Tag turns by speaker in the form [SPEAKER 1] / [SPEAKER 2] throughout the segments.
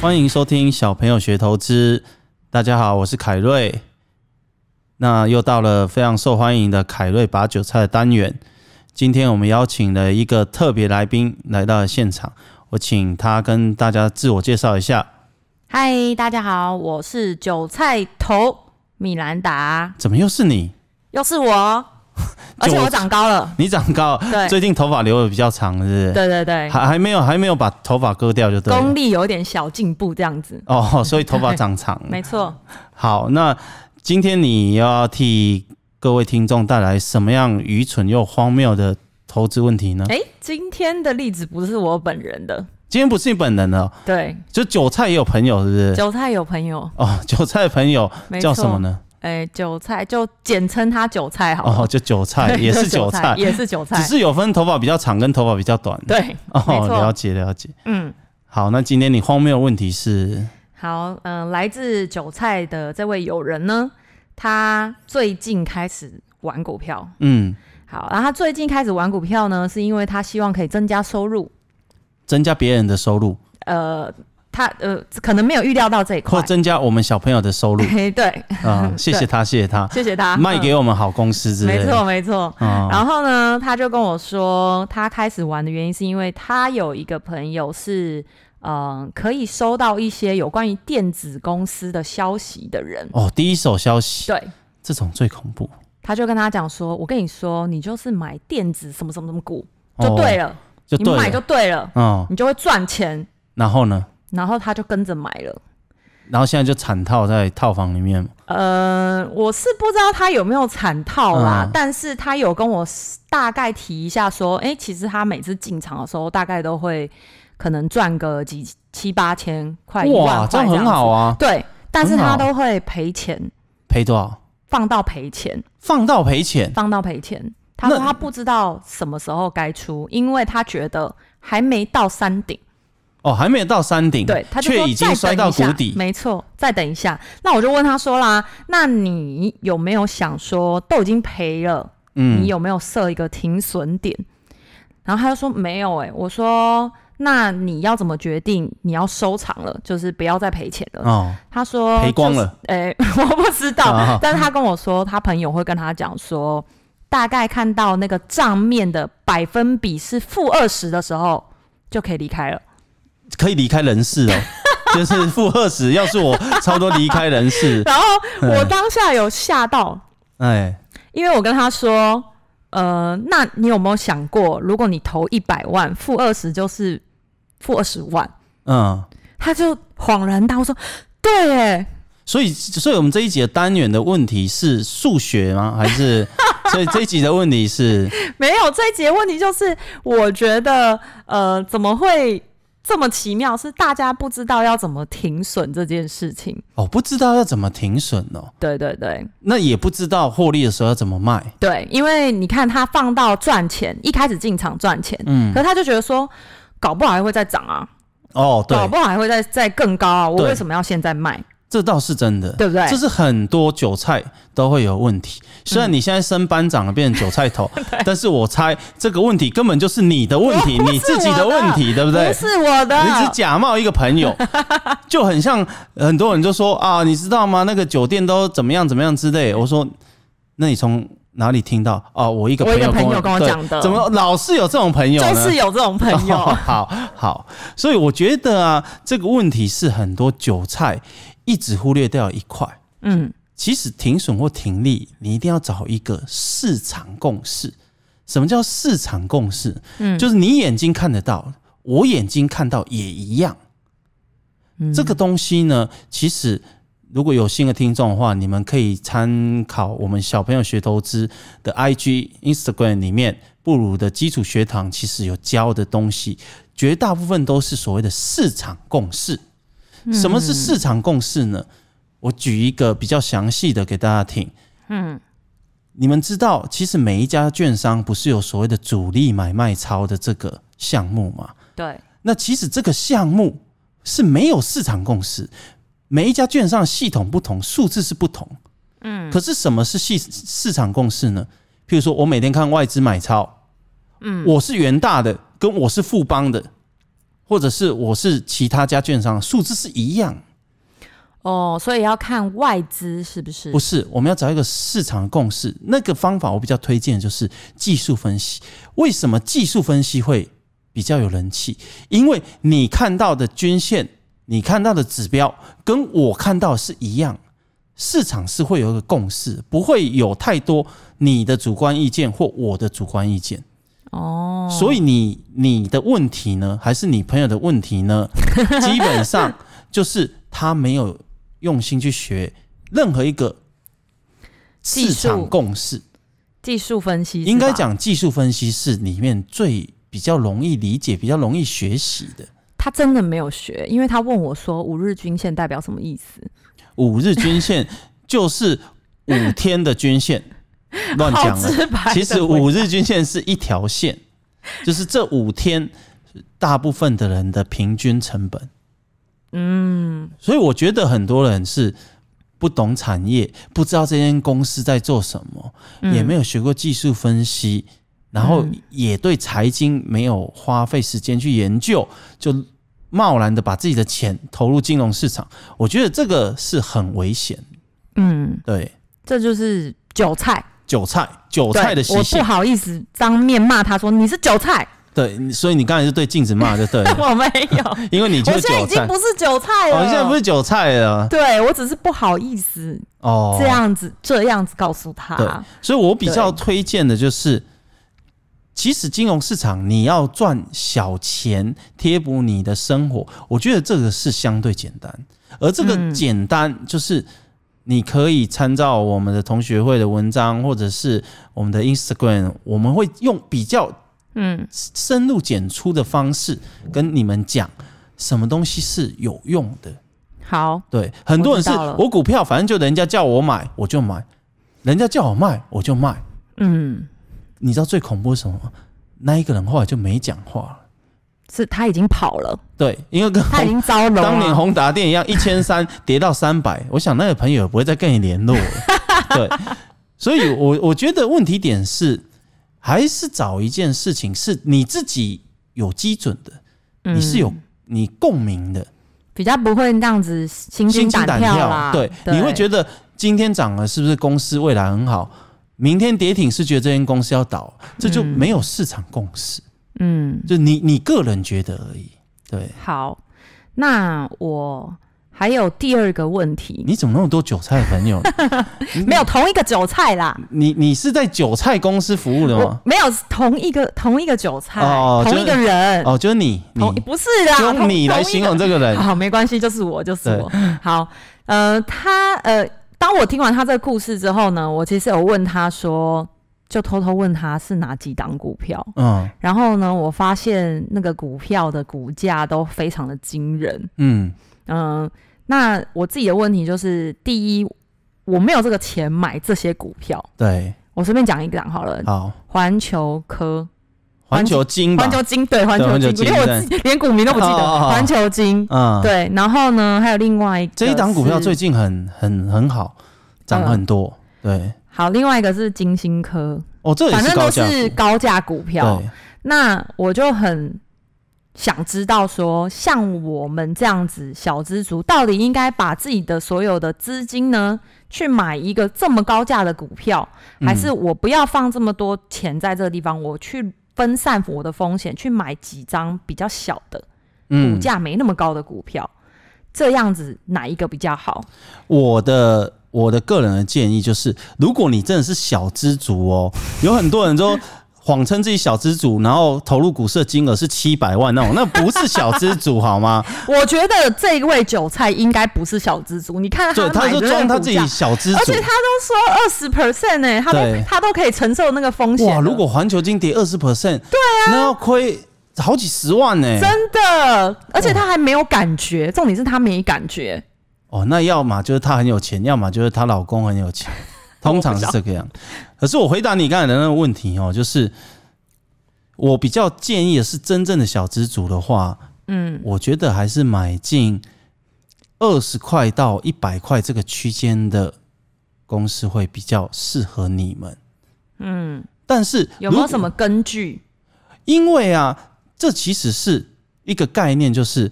[SPEAKER 1] 欢迎收听小朋友学投资。大家好，我是凯瑞。那又到了非常受欢迎的凯瑞拔韭菜的单元。今天我们邀请了一个特别来宾来到了现场，我请他跟大家自我介绍一下。
[SPEAKER 2] 嗨，大家好，我是韭菜头米兰达，
[SPEAKER 1] 怎么又是你？
[SPEAKER 2] 又 是我，而且我长高了。
[SPEAKER 1] 你长高，
[SPEAKER 2] 对
[SPEAKER 1] 最近头发留的比较长，是不是？
[SPEAKER 2] 对对对，
[SPEAKER 1] 还还没有还没有把头发割掉就对
[SPEAKER 2] 功
[SPEAKER 1] 了。
[SPEAKER 2] 力有点小进步，这样子，
[SPEAKER 1] 哦，所以头发长长。
[SPEAKER 2] 没错。
[SPEAKER 1] 嗯好，那今天你要替各位听众带来什么样愚蠢又荒谬的投资问题呢？
[SPEAKER 2] 哎、今天的例子不是我本人的，
[SPEAKER 1] 今天不是你本人哦，
[SPEAKER 2] 对，
[SPEAKER 1] 就韭菜也有朋友，是不是？
[SPEAKER 2] 韭菜有朋友，
[SPEAKER 1] 哦，韭菜的朋友
[SPEAKER 2] 没错
[SPEAKER 1] 叫什么？呢？
[SPEAKER 2] 哎、韭菜就简称他韭菜好了。
[SPEAKER 1] 哦，就韭 菜
[SPEAKER 2] 对
[SPEAKER 1] 也是
[SPEAKER 2] 就
[SPEAKER 1] 韭菜，
[SPEAKER 2] 也是韭
[SPEAKER 1] 只
[SPEAKER 2] 菜，
[SPEAKER 1] 是有分头发比较长跟头发比较短。，
[SPEAKER 2] 对，没
[SPEAKER 1] 哦，了
[SPEAKER 2] 错，
[SPEAKER 1] 解了解。
[SPEAKER 2] 嗯。
[SPEAKER 1] 好，那今天你荒谬的问题是，
[SPEAKER 2] 好，嗯、来自韭菜的这位友人呢，他最近开始玩股票，
[SPEAKER 1] 嗯，
[SPEAKER 2] 好，然后他最近开始玩股票呢，是因为他希望可以增加收入。
[SPEAKER 1] 增加别人的收入，
[SPEAKER 2] 呃，他呃可能没有预料到这一
[SPEAKER 1] 或
[SPEAKER 2] 块。
[SPEAKER 1] 增加我们小朋友的收入。
[SPEAKER 2] 嘿 对，
[SPEAKER 1] 啊、谢谢他，谢谢他，
[SPEAKER 2] 谢谢他。
[SPEAKER 1] 卖给我们好公司
[SPEAKER 2] 嗯
[SPEAKER 1] 之类
[SPEAKER 2] 没
[SPEAKER 1] 的。
[SPEAKER 2] 错没错。
[SPEAKER 1] 啊、
[SPEAKER 2] 然后呢，他就跟我说，他开始玩的原因是因为他有一个朋友是，嗯、可以收到一些有关于电子公司的消息的人。
[SPEAKER 1] 哦，第一手消息，
[SPEAKER 2] 对，
[SPEAKER 1] 这种最恐怖，
[SPEAKER 2] 他就跟他讲说，我跟你说，你就是买电子什么什么什么股就对
[SPEAKER 1] 哦，
[SPEAKER 2] 了，
[SPEAKER 1] 就
[SPEAKER 2] 你买
[SPEAKER 1] 对
[SPEAKER 2] 就
[SPEAKER 1] 了，
[SPEAKER 2] 对了，
[SPEAKER 1] 嗯，
[SPEAKER 2] 你就会赚钱。
[SPEAKER 1] 然后呢？
[SPEAKER 2] 然后他就跟着买了。
[SPEAKER 1] 然后现在就惨套在套房里面嘛，
[SPEAKER 2] 呃，我是不知道他有没有惨套啦，
[SPEAKER 1] 嗯
[SPEAKER 2] 但是他有跟我大概提一下说，哎、其实他每次进场的时候，大概都会可能赚个几七八千块、一万
[SPEAKER 1] 哇，
[SPEAKER 2] 块
[SPEAKER 1] 样
[SPEAKER 2] 样
[SPEAKER 1] 很好
[SPEAKER 2] 啊。
[SPEAKER 1] 啊，
[SPEAKER 2] 对，但是
[SPEAKER 1] 很好
[SPEAKER 2] 他都会赔钱，
[SPEAKER 1] 赔多少？
[SPEAKER 2] 放到赔钱，
[SPEAKER 1] 放到赔钱，
[SPEAKER 2] 放到赔钱。他说
[SPEAKER 1] 那
[SPEAKER 2] 他不知道什么时候该出，因为他觉得还没到山顶，
[SPEAKER 1] 哦，还没有到山顶，
[SPEAKER 2] 对，他就
[SPEAKER 1] 却
[SPEAKER 2] 说
[SPEAKER 1] 已经
[SPEAKER 2] 再
[SPEAKER 1] 摔
[SPEAKER 2] 等
[SPEAKER 1] 到
[SPEAKER 2] 一下
[SPEAKER 1] 谷底，
[SPEAKER 2] 没错，再等一下。那我就问他说啦，那你有没有想说都已经赔了？你
[SPEAKER 1] 嗯，
[SPEAKER 2] 有没有设一个停损点？然后他就说没有、欸，我说那你要怎么决定你要收场了，就是不要再赔钱了？
[SPEAKER 1] 哦，
[SPEAKER 2] 他说
[SPEAKER 1] 赔光
[SPEAKER 2] 就是
[SPEAKER 1] 了，
[SPEAKER 2] 哎、 我不知道，
[SPEAKER 1] 啊
[SPEAKER 2] 但是他跟我说，他朋友会跟他讲说，大概看到那个账面的百分比是负二十的时候，就可以离开了。
[SPEAKER 1] 可以离开人世 哦，就是负二十，要是我差不多离开人 世，
[SPEAKER 2] 然后我
[SPEAKER 1] 嗯
[SPEAKER 2] 当下有吓到，
[SPEAKER 1] 哎，
[SPEAKER 2] 因为我跟他说，呃，那你有没有想过，如果你投一百万，负二十就是负二十万？
[SPEAKER 1] 嗯，
[SPEAKER 2] 他就恍然大悟说：“对耶，
[SPEAKER 1] 所以，所以我们这一集的单元的问题是数学吗？还是所以这一集的问题是
[SPEAKER 2] 没有这一节问题就是，我觉得呃，怎么会这么奇妙？是大家不知道要怎么停损这件事情。
[SPEAKER 1] 哦，不知道要怎么停损哦，
[SPEAKER 2] 对对对
[SPEAKER 1] 那也不知道获利的时候要怎么卖。
[SPEAKER 2] 对，因为你看他放到赚钱，一开始进场赚钱，
[SPEAKER 1] 嗯，
[SPEAKER 2] 可是他就觉得说，搞不好还会再涨啊，
[SPEAKER 1] 哦，对
[SPEAKER 2] 搞，不好还会再再更高啊，我
[SPEAKER 1] 对
[SPEAKER 2] 为什么要现在卖？
[SPEAKER 1] 这倒是真的，
[SPEAKER 2] 对不对
[SPEAKER 1] 这是很多韭菜都会有问题。虽然你现在升班长了，变成韭菜头，
[SPEAKER 2] 嗯
[SPEAKER 1] 但是我猜这个问题根本就是你的问题，
[SPEAKER 2] 我不是啊
[SPEAKER 1] 你自己的问题，对不对
[SPEAKER 2] 不？是啊我的，
[SPEAKER 1] 你只假冒一个朋 友，就很像很多人就说啊，你知道吗？那个酒店都怎么样怎么样之类。我说，那你从哪里听到？哦，我一个
[SPEAKER 2] 我
[SPEAKER 1] 朋
[SPEAKER 2] 一
[SPEAKER 1] 友
[SPEAKER 2] 个朋友
[SPEAKER 1] 跟
[SPEAKER 2] 跟我
[SPEAKER 1] 对
[SPEAKER 2] 讲的
[SPEAKER 1] 怎么老是有这种朋友呢？
[SPEAKER 2] 就是有这种朋 友
[SPEAKER 1] 哦。好好，所以我觉得啊，这个问题是很多韭菜一直忽略掉一块。
[SPEAKER 2] 嗯，
[SPEAKER 1] 其实停损或停利，你一定要找一个市场共识。什么叫市场共识？嗯，就是你眼睛看得到，我眼睛看到也一样。这个东西呢，其实如果有新的听众的话，你们可以参考我们小朋友学投资的 IG、Instagram 里面布鲁的基础学堂，其实有教的东西，绝大部分都是所谓的市场共识。什么是市场共识呢？我举一个比较详细的给大家听。嗯，你们知道，其实每一家券商不是有所谓的主力买卖超的这个项目吗？
[SPEAKER 2] 对，
[SPEAKER 1] 那其实这个项目是没有市场共识，每一家券商的系统不同，数字是不同。嗯，可是什么是市市场共识呢？譬如说我每天看外资买超，嗯，我是元大的，跟我是富邦的，或者是我是其他家券商，数字是一样，
[SPEAKER 2] 哦，所以要看外资是不是？
[SPEAKER 1] 不是，我们要找一个市场的共识。那个方法我比较推荐的就是技术分析。为什么技术分析会比较有人气？因为你看到的均线，你看到的指标跟我看到的是一样，市场是会有一个共识，不会有太多你的主观意见或我的主观意见。
[SPEAKER 2] 哦，
[SPEAKER 1] 所以你你的问题呢，还是你朋友的问题 呢？基本上就是他没有用心去学任何一个市
[SPEAKER 2] 技术
[SPEAKER 1] 场共识。
[SPEAKER 2] 技术分析是
[SPEAKER 1] 应该
[SPEAKER 2] 吧，
[SPEAKER 1] 讲技术分析是里面最比较容易理解、比较容易学习的。
[SPEAKER 2] 他真的没有学，因为他问我说五日均线代表什么意思？
[SPEAKER 1] 五日均线就是五天的均线，乱
[SPEAKER 2] 好
[SPEAKER 1] 讲了。
[SPEAKER 2] 直白的回答。
[SPEAKER 1] 其实五日均线是一条 线，就是这五天大部分的人的平均成本。嗯，所以我觉得很多人是不懂产业，不知道这间公司在做什么，
[SPEAKER 2] 嗯
[SPEAKER 1] 也没有学过技术分析，然后也对财经没有花费时间去研究，就贸然的把自己的钱投入金融市场。我觉得这个是很危险。
[SPEAKER 2] 嗯，
[SPEAKER 1] 对，
[SPEAKER 2] 这就是韭菜。
[SPEAKER 1] 韭菜，韭
[SPEAKER 2] 对，
[SPEAKER 1] 菜的习
[SPEAKER 2] 我
[SPEAKER 1] 性
[SPEAKER 2] 不。好意思当面骂他说你是韭菜，
[SPEAKER 1] 对，你所以你刚才就对镜子骂就 对了，
[SPEAKER 2] 我没有，
[SPEAKER 1] 因为 你就
[SPEAKER 2] 我
[SPEAKER 1] 是
[SPEAKER 2] 现在已
[SPEAKER 1] 韭
[SPEAKER 2] 经
[SPEAKER 1] 菜，
[SPEAKER 2] 不是韭菜了，
[SPEAKER 1] 哦，你现在不是韭菜了，
[SPEAKER 2] 对我只是不好意思
[SPEAKER 1] 哦，
[SPEAKER 2] 这，样啊子、这样子告诉他。
[SPEAKER 1] 对，所以我比较推荐的就是，其实金融市场你要赚小钱贴补你的生活，我觉得这个是相对简单，而这个简单就是。你可以参照我们的同学会的文章，或者是我们的 Instagram，我们会用比较
[SPEAKER 2] 嗯，
[SPEAKER 1] 深入浅出的方式跟你们讲什么东西是有用的。
[SPEAKER 2] 好，
[SPEAKER 1] 对，很多人是
[SPEAKER 2] 我知道了
[SPEAKER 1] 我股票，反正就人家叫我买我就买，人家叫我卖我就卖。
[SPEAKER 2] 嗯，
[SPEAKER 1] 你知道最恐怖是什么吗？那一个人后来就没讲话了。
[SPEAKER 2] 是他已经跑了，
[SPEAKER 1] 对，因为跟
[SPEAKER 2] 他已
[SPEAKER 1] 宏
[SPEAKER 2] 经遭龙
[SPEAKER 1] 当年
[SPEAKER 2] 了。
[SPEAKER 1] 宏达电一样，一千三跌到三百，我想那个朋友也不会再跟你联 络了。对，所以我我觉得问题点是，还是找一件事情是你自己有基准的，
[SPEAKER 2] 嗯
[SPEAKER 1] 你是有你共鸣的，
[SPEAKER 2] 比较不会那样子心
[SPEAKER 1] 心
[SPEAKER 2] 惊
[SPEAKER 1] 惊胆
[SPEAKER 2] 跳啦，
[SPEAKER 1] 对，你会觉得今天涨了是不是公司未来很好？明天跌停是觉得这间公司要倒，这就没有市场共识，
[SPEAKER 2] 嗯，
[SPEAKER 1] 就你你个人觉得而已。对，
[SPEAKER 2] 好，那我还有第二个问题，
[SPEAKER 1] 你怎么那么多韭菜朋友？
[SPEAKER 2] 没有同一个韭菜啦，
[SPEAKER 1] 你你是在韭菜公司服务的
[SPEAKER 2] 我
[SPEAKER 1] 吗？
[SPEAKER 2] 没有同一个同一个韭菜，
[SPEAKER 1] 哦
[SPEAKER 2] 同
[SPEAKER 1] 就
[SPEAKER 2] 一个人，
[SPEAKER 1] 哦，就是你，你
[SPEAKER 2] 呃同不是啦，
[SPEAKER 1] 就
[SPEAKER 2] 同
[SPEAKER 1] 用你来形。容这个
[SPEAKER 2] 同一个啊
[SPEAKER 1] 人。
[SPEAKER 2] 好，没关系，就是我，就是
[SPEAKER 1] 对
[SPEAKER 2] 我。好，呃，他呃，当我听完他这个故事之后呢，我其实有问他说，就偷偷问他是哪几档股票，
[SPEAKER 1] 嗯
[SPEAKER 2] 然后呢，我发现那个股票的股价都非常的惊人。
[SPEAKER 1] 嗯
[SPEAKER 2] 嗯、那我自己的问题就是，第一，我没有这个钱买这些股票。
[SPEAKER 1] 对，
[SPEAKER 2] 我随便讲一档好了，
[SPEAKER 1] 好，
[SPEAKER 2] 环球科，
[SPEAKER 1] 环球金吧
[SPEAKER 2] 环，球金，对，环
[SPEAKER 1] 对
[SPEAKER 2] 球
[SPEAKER 1] 环球
[SPEAKER 2] 金，
[SPEAKER 1] 金
[SPEAKER 2] 因为我自己连股名都不记
[SPEAKER 1] 哦哦
[SPEAKER 2] 得，
[SPEAKER 1] 哦
[SPEAKER 2] 环球金。
[SPEAKER 1] 嗯，，
[SPEAKER 2] 对，然后呢，还有另外一个
[SPEAKER 1] 这一档股票最
[SPEAKER 2] 是
[SPEAKER 1] 近很很很好，涨很多。对，
[SPEAKER 2] 好，另外一个是金星科，
[SPEAKER 1] 哦，这也
[SPEAKER 2] 反
[SPEAKER 1] 是
[SPEAKER 2] 正
[SPEAKER 1] 高
[SPEAKER 2] 都
[SPEAKER 1] 价股，哦
[SPEAKER 2] 是高价股票。
[SPEAKER 1] 对，
[SPEAKER 2] 那我就很想知道说，像我们这样子小资族，到底应该把自己的所有的资金呢，去买一个这么高价的股票，
[SPEAKER 1] 嗯
[SPEAKER 2] 还是我不要放这么多钱在这个地方，我去分散我的风险，去买几张比较小的？
[SPEAKER 1] 嗯
[SPEAKER 2] 股价没那么高的股票，这样子哪一个比较好？
[SPEAKER 1] 我的我的个人的建议就是，如果你真的是小资族哦，有很多人 都谎称自己小资族，然后投入股市的金额是七百万那种，那不是小资族好吗？
[SPEAKER 2] 我觉得这位韭菜应该不是小资族，你看
[SPEAKER 1] 就
[SPEAKER 2] 他
[SPEAKER 1] 他
[SPEAKER 2] 买
[SPEAKER 1] 就
[SPEAKER 2] 的
[SPEAKER 1] 装
[SPEAKER 2] 那
[SPEAKER 1] 他
[SPEAKER 2] 个
[SPEAKER 1] 自
[SPEAKER 2] 股
[SPEAKER 1] 己
[SPEAKER 2] 价，
[SPEAKER 1] 小资
[SPEAKER 2] 而
[SPEAKER 1] 族
[SPEAKER 2] 且。他都说二十 percent 呢，他都
[SPEAKER 1] 对
[SPEAKER 2] 他都可以承受那个风险了，
[SPEAKER 1] 哇，如果环球金跌二十 percent，对啊，那要亏好几十万呢、
[SPEAKER 2] 真的，而且他还没有感觉，重点是他没感觉。
[SPEAKER 1] 哦，那要么就是她很有钱，要么就是她老公很有 钱，通常是这个样。可是我回答你刚才的那个问题哦，就是我比较建议的是，真正的小资主的话，嗯，我觉得还是买进二十块到一百块这个区间的公司会比较适合你们。嗯，但是
[SPEAKER 2] 有没
[SPEAKER 1] 如
[SPEAKER 2] 有
[SPEAKER 1] 果
[SPEAKER 2] 什么根据？
[SPEAKER 1] 因为啊，这其实是一个概念，就是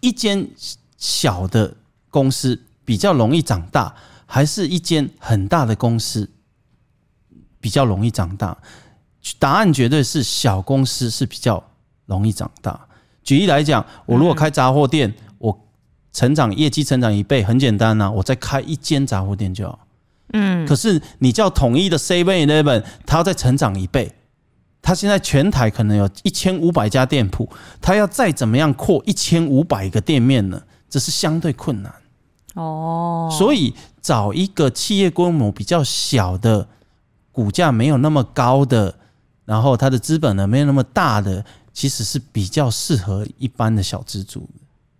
[SPEAKER 1] 一间小的公司比较容易长大，还是一间很大的公司比较容易长大？答案绝对是小公司是比较容易长大。举例来讲，我如果开杂货店，我成长业绩成长一倍很简单呐、我再开一间杂货店就好。
[SPEAKER 2] 嗯，
[SPEAKER 1] 可是你叫统一的 Seven Eleven，它要再成长一倍，它现在全台可能有一千五百家店铺，它要再怎么样扩一千五百个店面呢？这是相对困难。
[SPEAKER 2] 哦，
[SPEAKER 1] 所以找一个企业规模比较小的，股价没有那么高的，然后它的资本呢没有那么大的，其实是比较适合一般的小资主。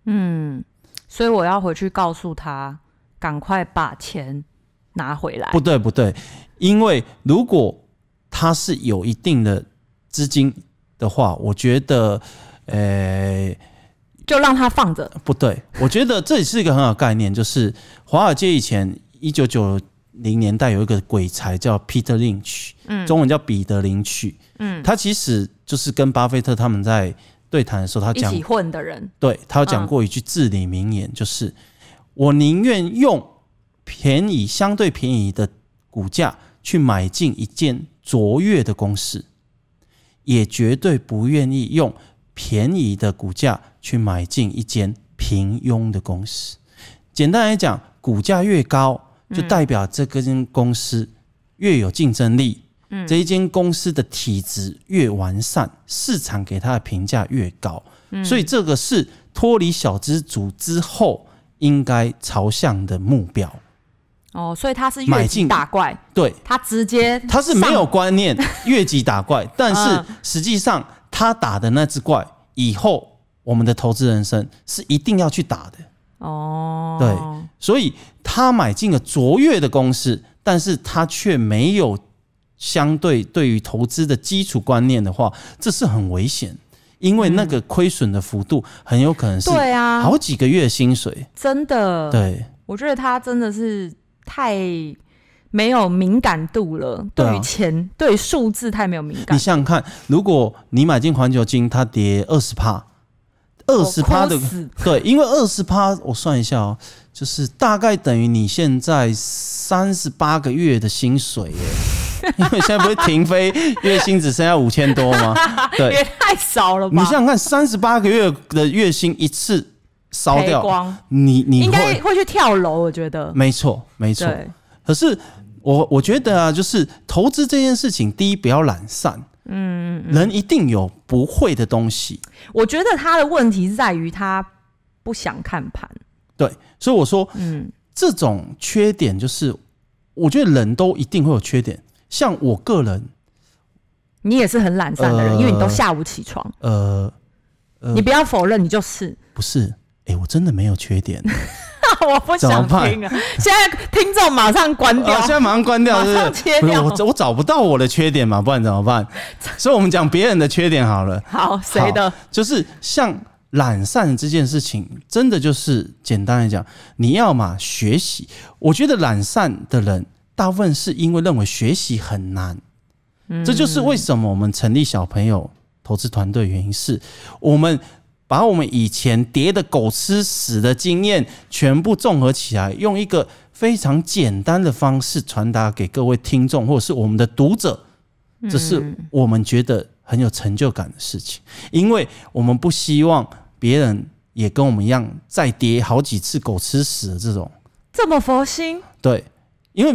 [SPEAKER 2] 嗯，所以我要回去告诉他，赶快把钱拿回来
[SPEAKER 1] 不。对不对，因为如果他是有一定的资金的话，我觉得，呃，
[SPEAKER 2] 就让他放着。
[SPEAKER 1] 不对，我觉得这也是一个很好的概念，就是华尔街以前一九九零年代有一个鬼才叫 Peter Lynch，
[SPEAKER 2] 嗯
[SPEAKER 1] 中文叫彼得林区，
[SPEAKER 2] 嗯，
[SPEAKER 1] 他其实就是跟巴菲特他们在对谈的时候，他
[SPEAKER 2] 一
[SPEAKER 1] 讲
[SPEAKER 2] 起混的人，
[SPEAKER 1] 对他有讲嗯过一句至理名言，就是嗯我宁愿用便宜、相对便宜的股价去买进一件卓越的公司，也绝对不愿意用便宜的股价去买进一间平庸的公司。简单来讲，股价越高，就代表这间公司越有竞争力。这一间公司的体质越完善，市场给它的评价越高。
[SPEAKER 2] 嗯
[SPEAKER 1] 所以这个是脱离小资族之后应该朝向的目标。
[SPEAKER 2] 哦，所以他是
[SPEAKER 1] 买
[SPEAKER 2] 越级
[SPEAKER 1] 进
[SPEAKER 2] 打怪，
[SPEAKER 1] 对，
[SPEAKER 2] 他直接
[SPEAKER 1] 他是没有观念 越级打 怪，但
[SPEAKER 2] 嗯
[SPEAKER 1] 是实际上他打的那只怪，以后我们的投资人生是一定要去打的。
[SPEAKER 2] 哦，
[SPEAKER 1] 对所以他买进了卓越的公司，但是他却没有相对对于投资的基础观念的话，这是很危险，因为那个亏损的幅度很有可能是
[SPEAKER 2] 对啊，
[SPEAKER 1] 好几个月薪水。
[SPEAKER 2] 真的，
[SPEAKER 1] 对，
[SPEAKER 2] 我觉得他真的是太没有敏感度了，
[SPEAKER 1] 对啊
[SPEAKER 2] 对于钱、对于数字太没有敏
[SPEAKER 1] 你
[SPEAKER 2] 感。
[SPEAKER 1] 想想看，如果你买进环球金，它跌二十趴，二
[SPEAKER 2] 我
[SPEAKER 1] 十趴
[SPEAKER 2] 哭
[SPEAKER 1] 的
[SPEAKER 2] 死
[SPEAKER 1] 对，因为二十趴，我算一下哦，就是大概等于你现在三十八个月的薪水 耶。因为现在不是停飞，月薪只剩下五千多 吗？对，
[SPEAKER 2] 也太少了吧？
[SPEAKER 1] 你想想看，三十八个月的月薪一次烧
[SPEAKER 2] 赔
[SPEAKER 1] 掉，
[SPEAKER 2] 光，
[SPEAKER 1] 你你
[SPEAKER 2] 应该
[SPEAKER 1] 会
[SPEAKER 2] 会去跳楼，我觉得。
[SPEAKER 1] 没错没错。
[SPEAKER 2] 对，
[SPEAKER 1] 可是我我觉得啊，就是投资这件事情，第一不要懒散，嗯，人一定有不会的东西，
[SPEAKER 2] 我觉得他的问题是在于他不想看盘。
[SPEAKER 1] 对，所以我说
[SPEAKER 2] 嗯，
[SPEAKER 1] 这种缺点就是，我觉得人都一定会有缺点。像我个人，
[SPEAKER 2] 你也是很懒散的人，
[SPEAKER 1] 呃
[SPEAKER 2] 因为你都下午起床，
[SPEAKER 1] 呃，
[SPEAKER 2] 你不要否认，你就是。
[SPEAKER 1] 不是，哎、我真的没有缺点，
[SPEAKER 2] 我不
[SPEAKER 1] 怎
[SPEAKER 2] 想
[SPEAKER 1] 么办
[SPEAKER 2] 听啊！现在听众马上关
[SPEAKER 1] 啊
[SPEAKER 2] 掉
[SPEAKER 1] 现。在马上关掉，
[SPEAKER 2] 马
[SPEAKER 1] 是
[SPEAKER 2] 上
[SPEAKER 1] 不
[SPEAKER 2] 切
[SPEAKER 1] 是？不是
[SPEAKER 2] 掉
[SPEAKER 1] 我我找不到我的缺点嘛，不然怎么 办？所以我们讲别人的缺点好了。
[SPEAKER 2] 好，谁的？
[SPEAKER 1] 就是像懒散这件事情，真的就是简单来讲，你要嘛学习。我觉得懒散的人，大部分是因为认为学习很难，这就是为什么我们成立小朋友投资团队的原因是，我们把我们以前跌的狗吃屎的经验全部综合起来，用一个非常简单的方式传达给各位听众或者是我们的读者，这是我们觉得很有成就感的事情，因为我们不希望别人也跟我们一样再跌好几次狗吃屎的这种。
[SPEAKER 2] 这么佛心？
[SPEAKER 1] 对，因为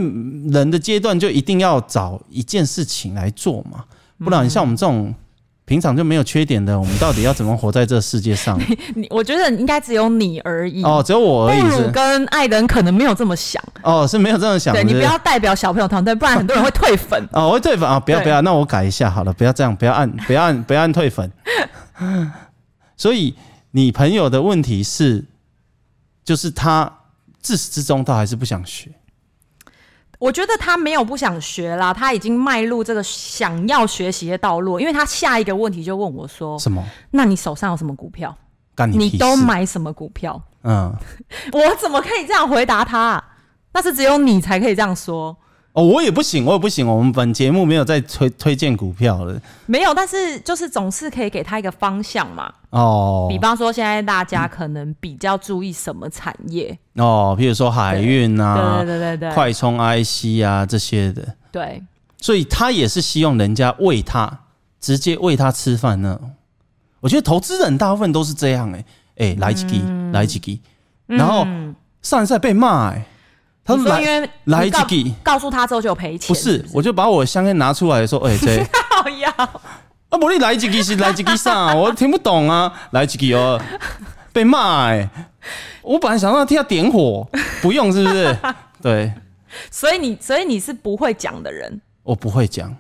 [SPEAKER 1] 人的阶段就一定要找一件事情来做嘛，不然像我们这种平常就没有缺点的，我们到底要怎么活在这世界 上？
[SPEAKER 2] 你我觉得应该只有你而已。
[SPEAKER 1] 哦，只有我而已
[SPEAKER 2] 布鲁
[SPEAKER 1] 是
[SPEAKER 2] 跟艾登可能没有这么想，
[SPEAKER 1] 哦，是没有这样想的。
[SPEAKER 2] 对你
[SPEAKER 1] 是
[SPEAKER 2] 不
[SPEAKER 1] 是。
[SPEAKER 2] 要代表小朋友团队，不然很多人会退粉
[SPEAKER 1] 哦，我会退粉啊！不要
[SPEAKER 2] 对
[SPEAKER 1] 不要，那我改一下好了，不要这样，不要按不要按不要按退粉。 所以你朋友的问题是，就是他自始至终他还是不想学。
[SPEAKER 2] 我觉得他没有不想学啦，他已经迈入这个想要学习的道路，因为他下一个问题就问我说
[SPEAKER 1] 什么？：“
[SPEAKER 2] 那你手上有什么股票？
[SPEAKER 1] 干你
[SPEAKER 2] 你
[SPEAKER 1] 屁事
[SPEAKER 2] 都买什么股票
[SPEAKER 1] 嗯。
[SPEAKER 2] 我怎么可以这样回答他啊、那是只有你才可以这样说。
[SPEAKER 1] 哦，我也不行，我也不行。我们本节目没有在推推荐股票了
[SPEAKER 2] 没有，但是就是总是可以给他一个方向嘛。
[SPEAKER 1] 哦
[SPEAKER 2] 比方说，现在大家可能比较注意什么产业？
[SPEAKER 1] 哦，譬如说海运啊
[SPEAKER 2] 对、对对对对
[SPEAKER 1] 快充 IC 啊这些的，
[SPEAKER 2] 对，
[SPEAKER 1] 所以他也是希望人家喂他，直接喂他吃饭呢。我觉得投资人大部分都是这样、欸，哎、哎，来几滴，
[SPEAKER 2] 嗯
[SPEAKER 1] 来几滴，然后上一赛被骂、欸，他
[SPEAKER 2] 你
[SPEAKER 1] 们
[SPEAKER 2] 说
[SPEAKER 1] 来
[SPEAKER 2] 因为
[SPEAKER 1] 来
[SPEAKER 2] 你告
[SPEAKER 1] 自己
[SPEAKER 2] 告诉他之后就有赔钱，
[SPEAKER 1] 不 是，我就把我香烟拿出来说，哎、这
[SPEAKER 2] 靠腰，
[SPEAKER 1] 啊，不你来几滴是来几滴啥？我听不懂 啊，来几滴哦，被骂、欸，我本来想让他替他点火，不用是不是？ 对。
[SPEAKER 2] 所以你所以你是不会讲的人。
[SPEAKER 1] 我不会讲。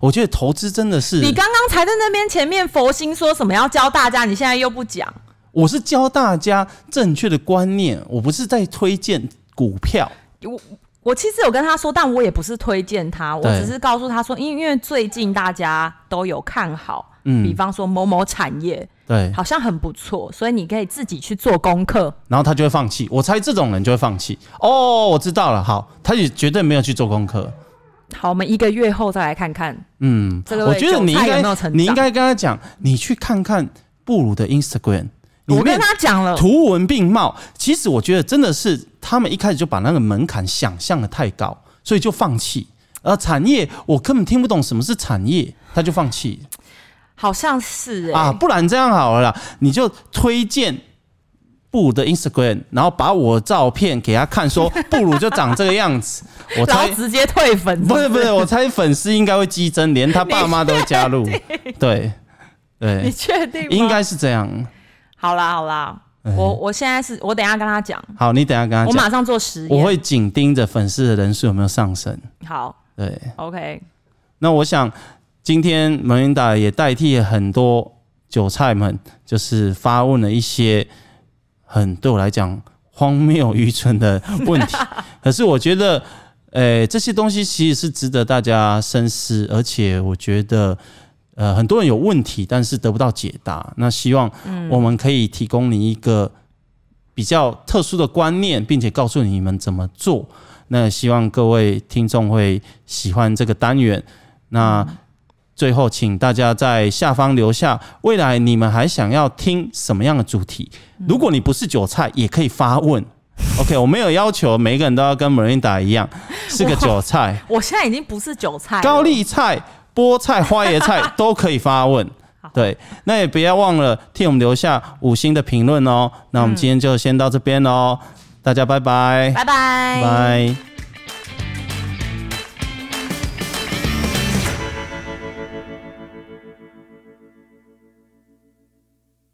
[SPEAKER 1] 我觉得投资真的是，
[SPEAKER 2] 你刚刚才在那边前面佛心说什么要教大家，你现在又不讲，
[SPEAKER 1] 我是教大家正确的观念，我不是在推荐股票。
[SPEAKER 2] 我。我其实有跟他说，但我也不是推荐他，我
[SPEAKER 1] 对
[SPEAKER 2] 只是告诉他说，因为因为最近大家都有看好，
[SPEAKER 1] 嗯
[SPEAKER 2] 比方说某某产业
[SPEAKER 1] 对，
[SPEAKER 2] 好像很不错，所以你可以自己去做功课。
[SPEAKER 1] 然后他就会放弃。我猜这种人就会放弃。哦，我知道了，好，他也绝对没有去做功课。
[SPEAKER 2] 好，我们一个月后再来看看。
[SPEAKER 1] 嗯，
[SPEAKER 2] 这个
[SPEAKER 1] 我觉得你应
[SPEAKER 2] 韭菜
[SPEAKER 1] 该
[SPEAKER 2] 有没有成，长
[SPEAKER 1] 你应该跟他讲，你去看看布鲁的 Instagram 里
[SPEAKER 2] 我
[SPEAKER 1] 面
[SPEAKER 2] 跟他讲了，
[SPEAKER 1] 图文并茂。其实我觉得真的是他们一开始就把那个门槛想象的太高，所以就放弃。呃，产业我根本听不懂什么是产业，他就放弃。
[SPEAKER 2] 好像是哎、
[SPEAKER 1] 啊，不然这样好了啦，你就推荐布鲁的 Instagram，然后把我照片给他看 说布鲁就长这个样子。我
[SPEAKER 2] 然后
[SPEAKER 1] 猜
[SPEAKER 2] 直接退粉。
[SPEAKER 1] 不是不
[SPEAKER 2] 是
[SPEAKER 1] 是，我猜粉丝应该会激增，连他爸妈都会加 入。对
[SPEAKER 2] 你
[SPEAKER 1] 对，
[SPEAKER 2] 确定吗？
[SPEAKER 1] 应该是这样。
[SPEAKER 2] 好啦好啦，我我现在是我等一下跟他讲，
[SPEAKER 1] 好，你等一下跟他
[SPEAKER 2] 我
[SPEAKER 1] 讲，
[SPEAKER 2] 马上做实
[SPEAKER 1] 我
[SPEAKER 2] 验。
[SPEAKER 1] 会紧盯着粉丝的人数有没有上升。
[SPEAKER 2] 好
[SPEAKER 1] 对，
[SPEAKER 2] ，OK，
[SPEAKER 1] 那我想今天蒙云达也代替很多韭菜们，就是发问了一些很对我来讲荒谬愚蠢的问题。可是我觉得，呃、这些东西其实是值得大家深思，而且我觉得。呃，很多人有问题，但是得不到解答。那希望我们可以提供你一个比较特殊的观念，并且告诉你们怎么做。那希望各位听众会喜欢这个单元。那最后，请大家在下方留下未来你们还想要听什么样的主题。如果你不是韭菜，也可以发问。OK，我没有要求每一个人都要跟 Marinda 一 样是个韭菜，
[SPEAKER 2] 我现在已经不是韭菜了，
[SPEAKER 1] 高丽菜、菠菜、花椰 菜都可以发问。对，那也不要忘了替我们留下五星的嗯哦评论哦。那我们今天就先到这边喽，大家拜拜，
[SPEAKER 2] 拜拜
[SPEAKER 1] 拜。